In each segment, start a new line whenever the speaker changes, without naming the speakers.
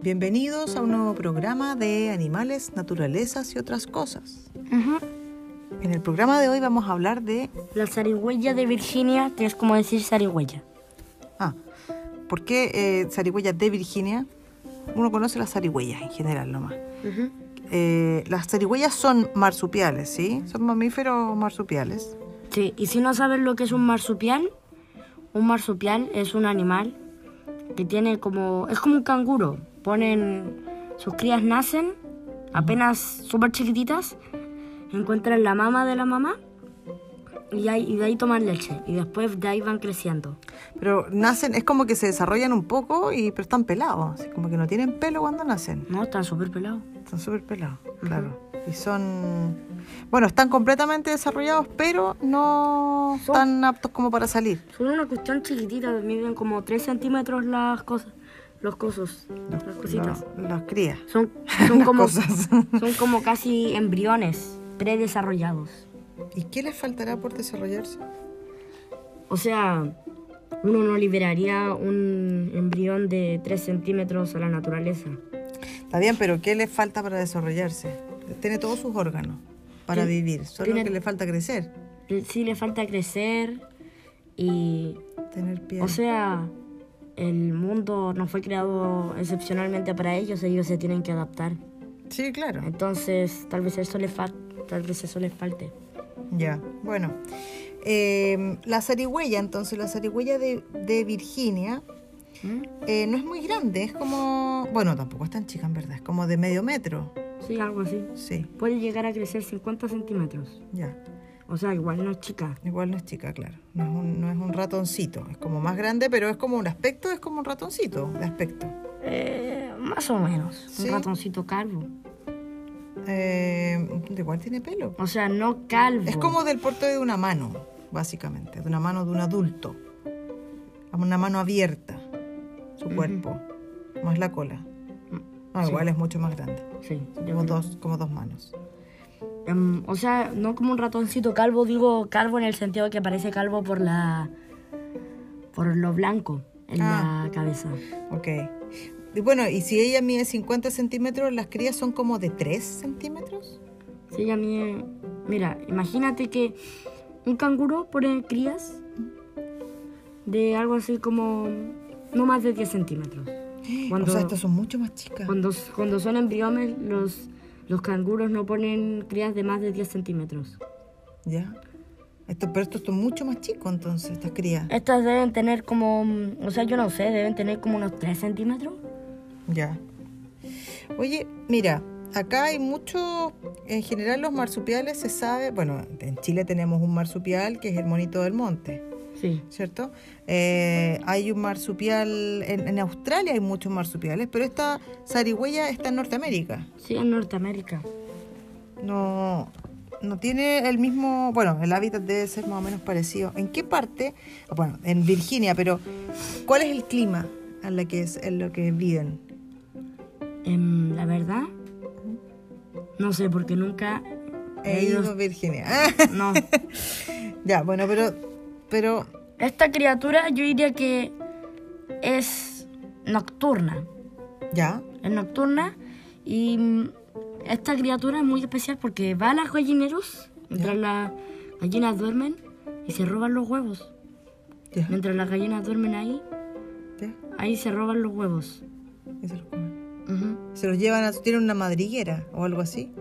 Bienvenidos a un nuevo programa de animales, naturalezas y otras cosas. En el programa de hoy vamos a hablar de...
La zarigüeya de Virginia, que es como decir zarigüeya.
Ah, ¿por qué eh, zarigüeyas de Virginia? Uno conoce las zarigüeyas en general nomás. Eh, las zarigüeyas son marsupiales, ¿sí? Son mamíferos marsupiales.
Sí, y si no sabes lo que es un marsupial, un marsupial es un animal que tiene como... Es como un canguro. Ponen... Sus crías nacen apenas súper chiquititas, encuentran la mama de la mamá y, ahí- y de ahí toman leche. Y después de ahí van creciendo.
Pero nacen, es como que se desarrollan un poco, y, pero están pelados. así como que no tienen pelo cuando nacen.
No, están súper pelados.
Están súper pelados, claro. Y son... Bueno, están completamente desarrollados, pero no
Son-
tan aptos como para salir.
Son una cuestión chiquitita, miden como 3 centímetros las cosas, los cosos, las cositas.
Los- las crías.
Son, son
Las
como,
cosas.
son como casi embriones predesarrollados.
¿Y qué les faltará por desarrollarse?
O sea, uno no liberaría un embrión de 3 centímetros a la naturaleza.
Está bien, pero ¿qué les falta para desarrollarse? Tiene todos sus órganos para
Tiene-
vivir, solo
tiene-
que le falta crecer,
Sí le falta crecer y...
tener piel.
O sea, el mundo no fue creado excepcionalmente para ellos, ellos se tienen que adaptar.
sí, claro.
Entonces, tal vez eso les, fa- tal vez eso les falte.
Ya, bueno. Eh, la zarigüeya, entonces, la zarigüeya de, de Virginia
¿Mm?
eh, no es muy grande, es como. Bueno, tampoco es tan chica, en verdad, es como de medio metro.
Sí, algo así.
Sí,
Puede llegar a crecer 50 centímetros.
ya.
O sea, igual no es chica.
Igual no es chica, claro. No es, un, no es un ratoncito, es como más grande, pero es como un aspecto, es como un ratoncito de aspecto.
Eh, más o menos.
Sí.
Un ratoncito calvo.
Eh, igual tiene pelo.
O sea, no calvo.
Es como del porte de una mano, básicamente, de una mano de un adulto. Una mano abierta, su cuerpo, más la cola. Ah,
Sí.
Igual es mucho más grande,
Sí.
como dos, como dos manos.
Em, o sea, no como un ratoncito calvo, digo calvo en el sentido de que parece calvo por la. por lo blanco en
Ah.
la cabeza.
Ok. Y bueno, y si ella mide 50 centímetros, las crías son como de 3 centímetros.
Sí, a mí. Mira, imagínate que un canguro pone crías de algo así como. no más de 10 centímetros.
o sea, estas son mucho más chicas.
Cuando, cuando son embriones, los, los canguros no ponen crías de más de 10 centímetros.
Ya. Esto, pero estos son mucho más chicos, entonces, estas crías.
Estas deben tener como, mm, o sea, yo no sé, deben tener como unos 3 centímetros.
Ya. Oye, mira, acá hay muchos, en general los marsupiales se sabe, bueno, en Chile tenemos un marsupial que es el monito del monte,
Sí.
¿cierto? Eh, hay un marsupial, en, en Australia hay muchos marsupiales, pero esta zarigüeya está en Norteamérica.
Sí, en Norteamérica.
No, no tiene el mismo, bueno, el hábitat debe ser más o menos parecido. ¿En qué parte? Bueno, en Virginia, pero ¿cuál es el clima en, la que es, en lo que viven?
Em, la verdad, no sé, porque nunca
He
he
ido
ido.
a Virginia. Ah,
No.
Ya, bueno, pero, pero
Esta criatura yo diría que es nocturna.
ya,
Es nocturna y mm, esta criatura es muy especial porque va a los gallineros mientras las gallinas duermen y se roban los huevos.
ya,
Mientras las gallinas duermen ahí,
ya,
ahí se roban los huevos.
y se los comen.
Ujú.
Se los llevan a, tienen una madriguera o algo así,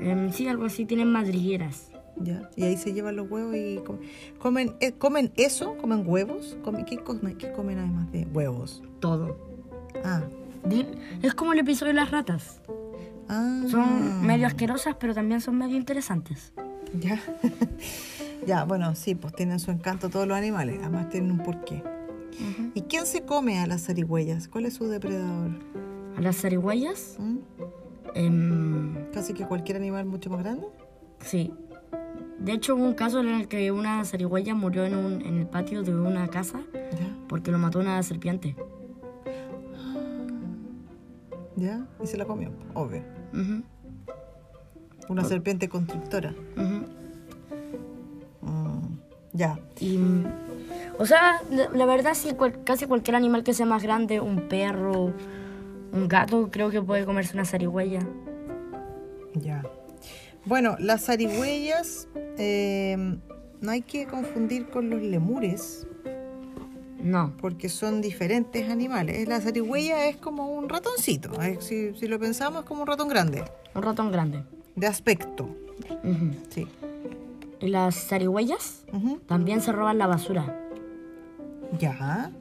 Em, sí, algo así, tienen madrigueras.
ya, y ahí se llevan los huevos y com- comen, eh, comen eso, comen huevos, comen, ¿qué, comen, ¿qué comen además de huevos?
Todo.
Ah,
Di- Es como el episodio de las ratas.
ah,
Son medio asquerosas, pero también son medio interesantes.
ya, ya, bueno, sí, pues tienen su encanto todos los animales, además tienen un porqué. ¿Y quién se come a las zarigüeyas? ¿Cuál es su depredador?
A las zarigüeyas,
¿Mm?
em,
¿Casi que cualquier animal mucho más grande?
sí. De hecho, hubo un caso en el que una zarigüeya murió en, un- en el patio de una casa
Ya.
porque lo mató una serpiente.
¿Ya? Y se la comió, obvio.
Ujú,
Una serpiente constrictora.
ujú.
Mm, ya.
Y, mm, O sea, la, la verdad sí, cual- casi cualquier animal que sea más grande, un perro, un gato, creo que puede comerse una zarigüeya.
Ya. Bueno, las zarigüeyas eh, no hay que confundir con los lemures
No.
porque son diferentes animales. La zarigüeya es como un ratoncito, eh, si, si lo pensamos es como un ratón grande,
Un ratón grande.
de aspecto.
Ujú.
Sí.
Y las zarigüeyas
Ujú.
también se roban la basura.
Ya.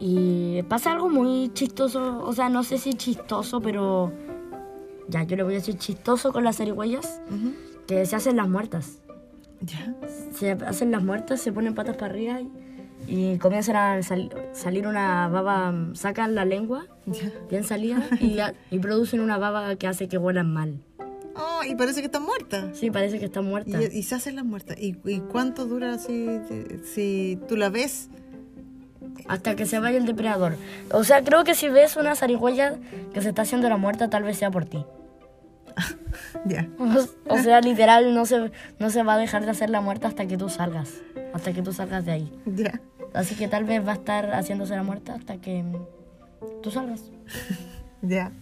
Y pasa algo muy chistoso, o sea, no sé si chistoso, pero ya yo le voy a decir chistoso con las zarigüeyas,
Ujú.
que se hacen las muertas.
Ya.
Se hacen las muertas, se ponen patas para arriba y, y comienzan a sal- salir una baba, mm, sacan la lengua
Ya.
bien salida y, a- y producen una baba que hace que vuelan mal.
Oh, y parece que están muertas.
Sí, parece que están
Y,
muertas.
y se hacen las muertas. ¿Y, y cuánto dura si, si tú la ves?
Hasta que se vaya el depredador. O sea, creo que si ves una zarigüeya que se está haciendo la muerta, tal vez sea por ti.
Ya.
O sea, literal, no se, no se va a dejar de hacer la muerta hasta que tú salgas. Hasta que tú salgas de ahí.
Ya.
Así que tal vez va a estar haciéndose la muerta hasta que mm, tú salgas.
Ya.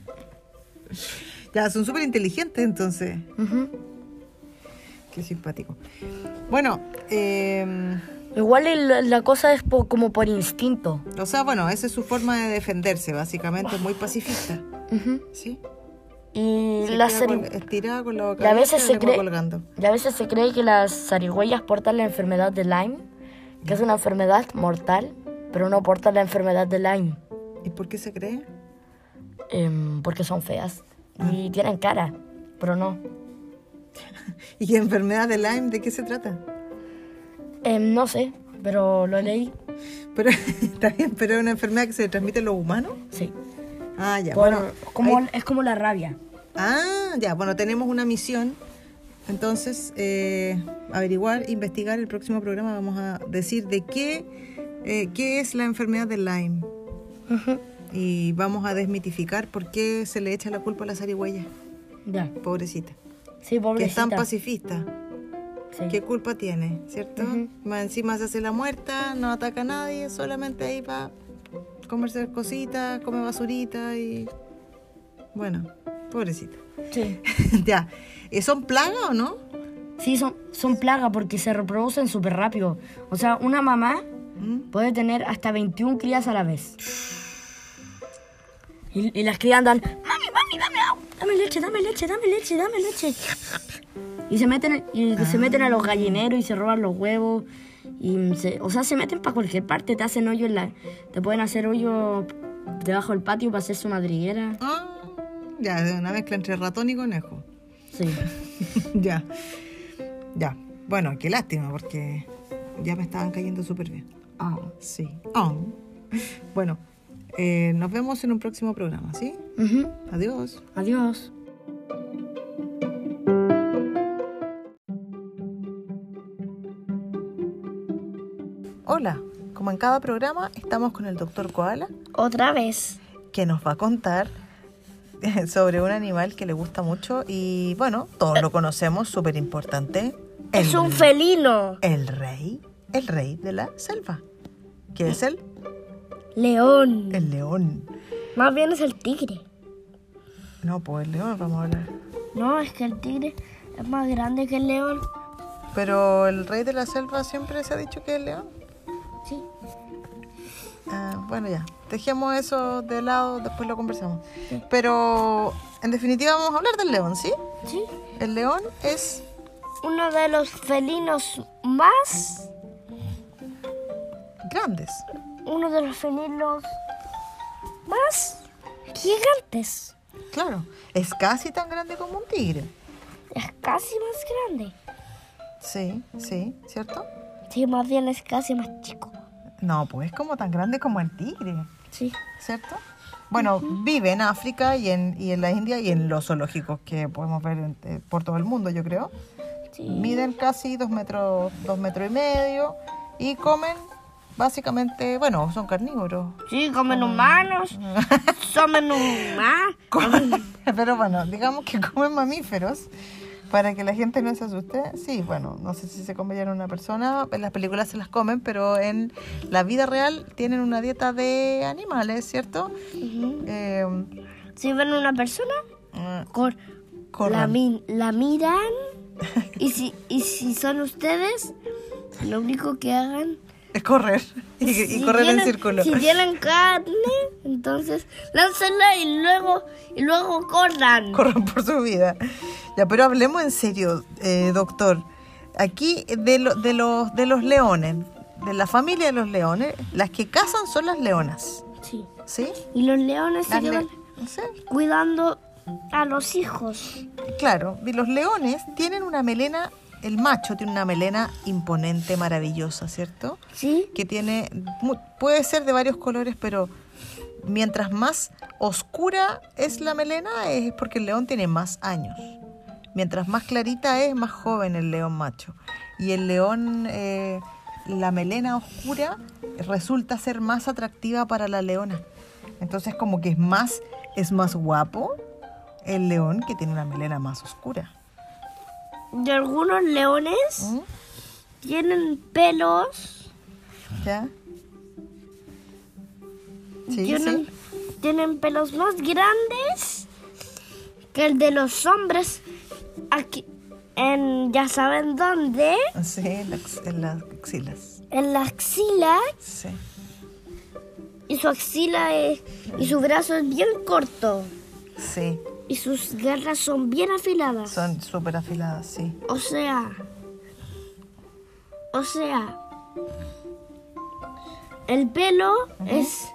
Ya, son súper inteligentes entonces.
Ujú.
Qué simpático. Bueno, eh,
Igual el- la cosa es po- como por instinto.
o sea, bueno, esa es su forma de defenderse, básicamente, muy pacifista.
Ujú.
¿Sí?
Y
Se
las
queda
zari-
col- estirada con la boca
Y a veces
abierta, la
se
lengua
cree-
colgando.
y a veces se cree que las zarigüeyas portan la enfermedad de Lyme, que es una enfermedad mortal, pero no portan la enfermedad de Lyme,
¿Y por qué se cree?
em, porque son feas
Ah.
y tienen cara, pero no.
¿Y qué enfermedad de Lyme? ¿De qué se trata?
Em, no sé, pero lo leí,
Pero está bien, pero es una enfermedad que se transmite a los humanos.
sí.
Ah, ya.
Por-
bueno,
como,
ahí-
Es como la rabia.
Ah, ya, bueno, tenemos una misión. Entonces, eh, averiguar, investigar. El próximo programa vamos a decir de qué, eh, qué es la enfermedad de Lyme. Y vamos a desmitificar por qué se le echa la culpa a la zarigüeya.
Ya.
Pobrecita.
Sí,
Que es tan
pobrecita.
pacifista.
Sí.
¿Qué culpa tiene? ¿Cierto? Más Encima se hace la muerta, no ataca a nadie, solamente ahí para comerse cositas, come basurita y. Bueno, pobrecita.
Sí.
ya. Eh, ¿Son plaga o no?
Sí, son, son plaga porque se reproducen súper rápido. O sea, una mamá
¿Mm?
puede tener hasta 21 crías a la vez. Y, y las crías andan, mami, mami, dame agua, dame leche, dame leche, dame leche, dame leche. Y se meten, y se meten a los gallineros y se roban los huevos. Y se- o sea, se meten para cualquier parte, te hacen hoyo en la... Te pueden hacer hoyo debajo del patio para hacer su madriguera.
Ah, ya, es una mezcla entre ratón y conejo.
Sí.
ya. Ya. Bueno, qué lástima porque ya me estaban cayendo súper bien.
Ah.
Sí. Ah. Bueno, eh, nos vemos en un próximo programa, ¿sí?
Ujú.
Adiós.
Adiós.
Hola. Como en cada programa, estamos con el doctor Koala,
Otra vez.
que nos va a contar sobre un animal que le gusta mucho y, bueno, todos lo conocemos, súper importante.
Es un felino.
el rey, el rey de la selva, que es el,
León.
el león.
Más bien es el tigre.
No, pues el león, vamos a hablar.
No, es que el tigre es más grande que el león.
Pero el rey de la selva siempre se ha dicho que es el león.
Sí.
Ah, bueno, ya, dejemos eso de lado, después lo conversamos. Pero en definitiva vamos a hablar del león, ¿sí?
Sí.
El león es
Uno de los felinos más.
grandes.
Uno de los felinos más gigantes.
Claro, es casi tan grande como un tigre.
Es casi más grande.
Sí, sí, ¿cierto?
Sí, más bien es casi más chico.
No, pues es como tan grande como el tigre.
Sí.
¿cierto? Bueno, vive en África y en, y en la India y en los zoológicos que podemos ver en- eh, por todo el mundo, yo creo.
Sí.
Miden casi dos metros, dos metros y medio y comen básicamente, bueno, son carnívoros.
Sí, comen humanos. comen humanos.
Comen- Pero bueno, digamos que comen mamíferos Para que la gente no se asuste, sí, bueno, no sé si se comerían una persona, en las películas se las comen, pero en la vida real tienen una dieta de animales, ¿cierto? Eh,
Si ven una persona,
eh,
cor- la,
corran.
min- la miran. y, si, y si son ustedes, lo único que hagan.
Es correr y, y
si
correr en
tienen-
círculo.
Si tienen carne, entonces láncenla y luego, y luego corran.
corran por su vida. Ya, pero hablemos en serio, eh, doctor. Aquí de, lo- de, los, de los leones, de la familia de los leones, las que cazan son las leonas,
Sí.
¿sí?
Y los leones se
Las le-
llevan
no sé,
cuidando a los hijos.
Claro, y los leones tienen una melena, el macho tiene una melena imponente, maravillosa, ¿cierto?
¿Sí?
Que tiene, mu- puede ser de varios colores, pero mientras más oscura es la melena es porque el león tiene más años. Mientras más clarita es, más joven el león macho. Y el león, eh, la melena oscura resulta ser más atractiva para la leona. Entonces como que es más, es más guapo el león que tiene una melena más oscura.
Y algunos leones
¿Mm?
tienen pelos.
¿Ya? Sí,
tienen,
sí.
tienen pelos más grandes que el de los hombres. Aquí, en ya saben dónde,
Sí, en las- en las axilas.
en la axila.
Sí.
Y su axila es, y su brazo es bien corto.
Sí,
Y sus garras son bien afiladas.
son súper afiladas, sí.
O sea, o sea, el pelo es,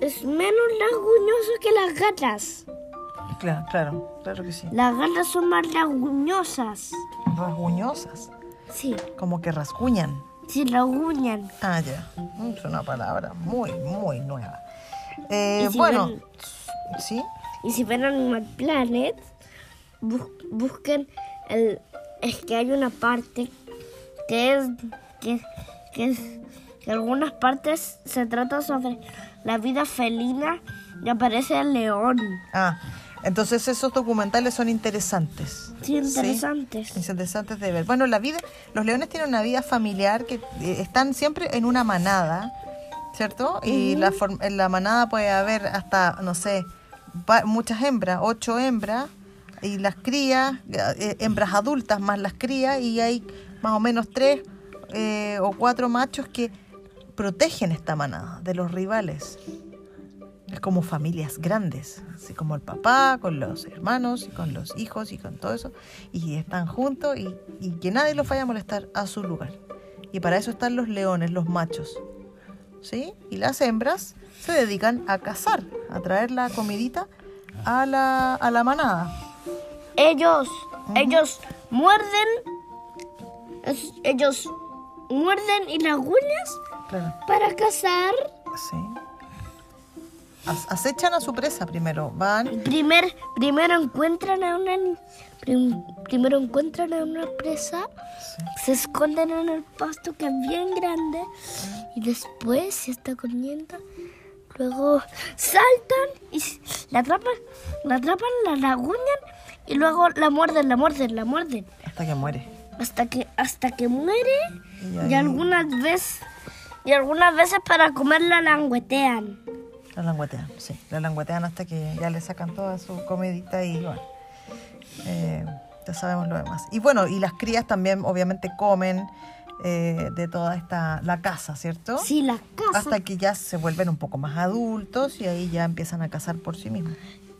es menos laguñoso que las gatas.
Claro, claro, claro que sí.
Las gatas son más laguñosas.
Rasguñosas,
Sí,
como que rasguñan.
sí, laguñan.
Ah, ya. Mm, Es una palabra muy, muy nueva. Eh,
Y si
bueno,
ven-
sí,
Y si ven Animal Planet, bus- busquen el... Es que hay una parte que es... Que, que es que algunas partes se trata sobre la vida felina y aparece el león.
Ah, entonces esos documentales son interesantes.
Sí, interesantes.
Interesantes de ver. Bueno, la vida, los leones tienen una vida familiar que eh, están siempre en una manada, ¿cierto? Y la form- en la manada puede haber hasta, no sé, va- muchas hembras, ocho hembras, y las crías, eh, hembras adultas más las crías, y hay más o menos tres eh, o cuatro machos que protegen esta manada de los rivales. Es como familias grandes, así como el papá, con los hermanos, y con los hijos y con todo eso. Y están juntos y, y que nadie los vaya a molestar a su lugar. Y para eso están los leones, los machos. ¿Sí? Y las hembras se dedican a cazar, a traer la comidita a la, a la manada.
Ellos, ellos muerden, es- ellos muerden y laguñas
Claro.
para cazar.
Sí. As- acechan a su presa primero. Van.
Primer, primero encuentran a una ni- prim- primero encuentran a una presa, se esconden en el pasto que es bien grande y después se está corriendo. Luego saltan y s- la atrapan, la atrapan, la laguñan y luego la muerden, la muerden, la muerden
Hasta que muere.
hasta que hasta que muere
Y
y,
ahí-
algunas veces y algunas veces para comerla languetean.
La languetean, sí. La languetean hasta que ya le sacan toda su comidita y bueno. eh, ya sabemos lo demás. Y bueno, y las crías también obviamente comen eh, de toda esta, la casa, ¿cierto?
Sí, la casa.
Hasta que ya se vuelven un poco más adultos y ahí ya empiezan a cazar por sí mismos.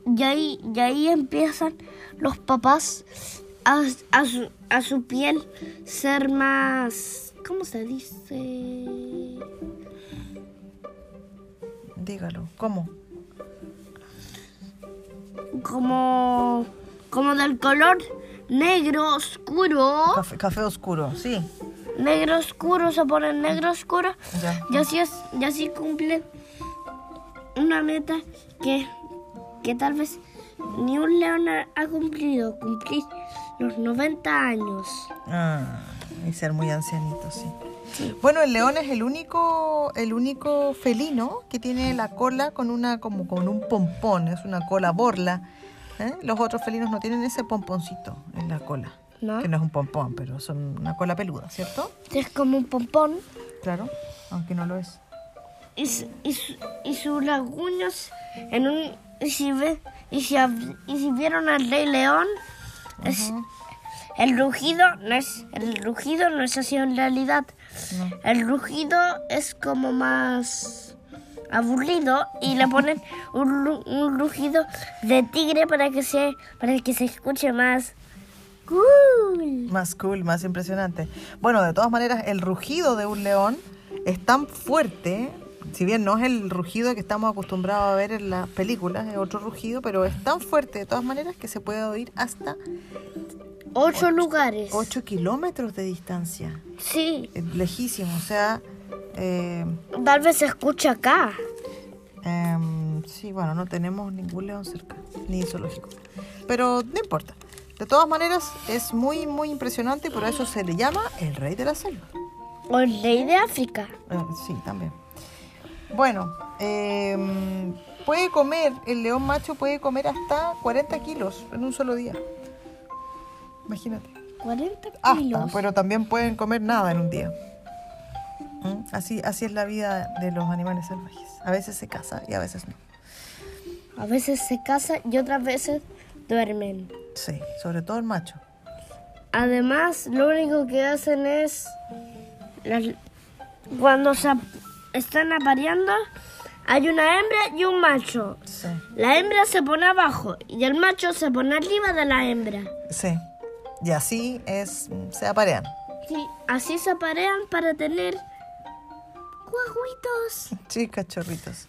Y ahí, y ahí empiezan los papás a, a su, a su piel ser más... ¿Cómo se dice?
Dígalo, ¿cómo?
Como, como del color negro oscuro.
Café, café oscuro, sí.
Negro oscuro, se pone negro oscuro.
Ya.
Y así, es, y así cumple una meta que, que tal vez ni un león ha ha cumplido, cumplir los 90 años.
Ah, y ser muy ancianito, sí. Bueno, el león es el único, el único felino que tiene la cola con una como con un pompón, es una cola borla. ¿eh? Los otros felinos no tienen ese pomponcito en la cola.
No.
Que no es un pompón, pero son una cola peluda, ¿cierto?
Es como un pompón.
Claro, aunque no lo es.
Y, su- y, su- y sus laguños en un... Y si, ve- y si, hab- y si vieron al Rey León, es- el rugido no es el rugido no es así en realidad. El rugido es como más aburrido y le ponen un, ru- un rugido de tigre para que se para que se escuche más cool.
Más cool, más impresionante. Bueno, de todas maneras, el rugido de un león es tan fuerte, si bien no es el rugido que estamos acostumbrados a ver en las películas, es otro rugido, pero es tan fuerte de todas maneras que se puede oír hasta
Ocho lugares.
8 kilómetros de distancia.
Sí,
Eh, Lejísimo, o sea... eh,
tal vez se escucha acá.
Em, sí, bueno, no tenemos ningún león cerca, ni zoológico. Pero no importa. De todas maneras, es muy, muy impresionante y por eso se le llama el rey de la selva.
O el rey de África.
Eh, sí, también. Bueno, em, puede comer, el león macho puede comer hasta 40 kilos en un solo día. Imagínate.
40
Hasta,
kilos.
pero también pueden comer nada en un día. ¿Mm? Así, así es la vida de los animales salvajes. A veces se caza y a veces no.
A veces se casan y otras veces duermen.
Sí, sobre todo el macho.
Además, lo único que hacen es las- cuando se ap- están apareando hay una hembra y un macho.
Sí,
La hembra se pone abajo y el macho se pone arriba de la hembra.
sí. Y así es, se aparean.
Sí, así se aparean para tener guaguitos.
Sí, cachorritos.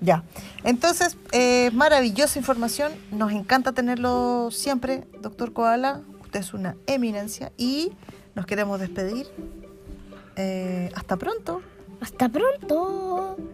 Ya. Entonces, eh, maravillosa información. Nos encanta tenerlo siempre, doctor Koala. Usted es una eminencia y nos queremos despedir. Eh, hasta pronto.
Hasta pronto.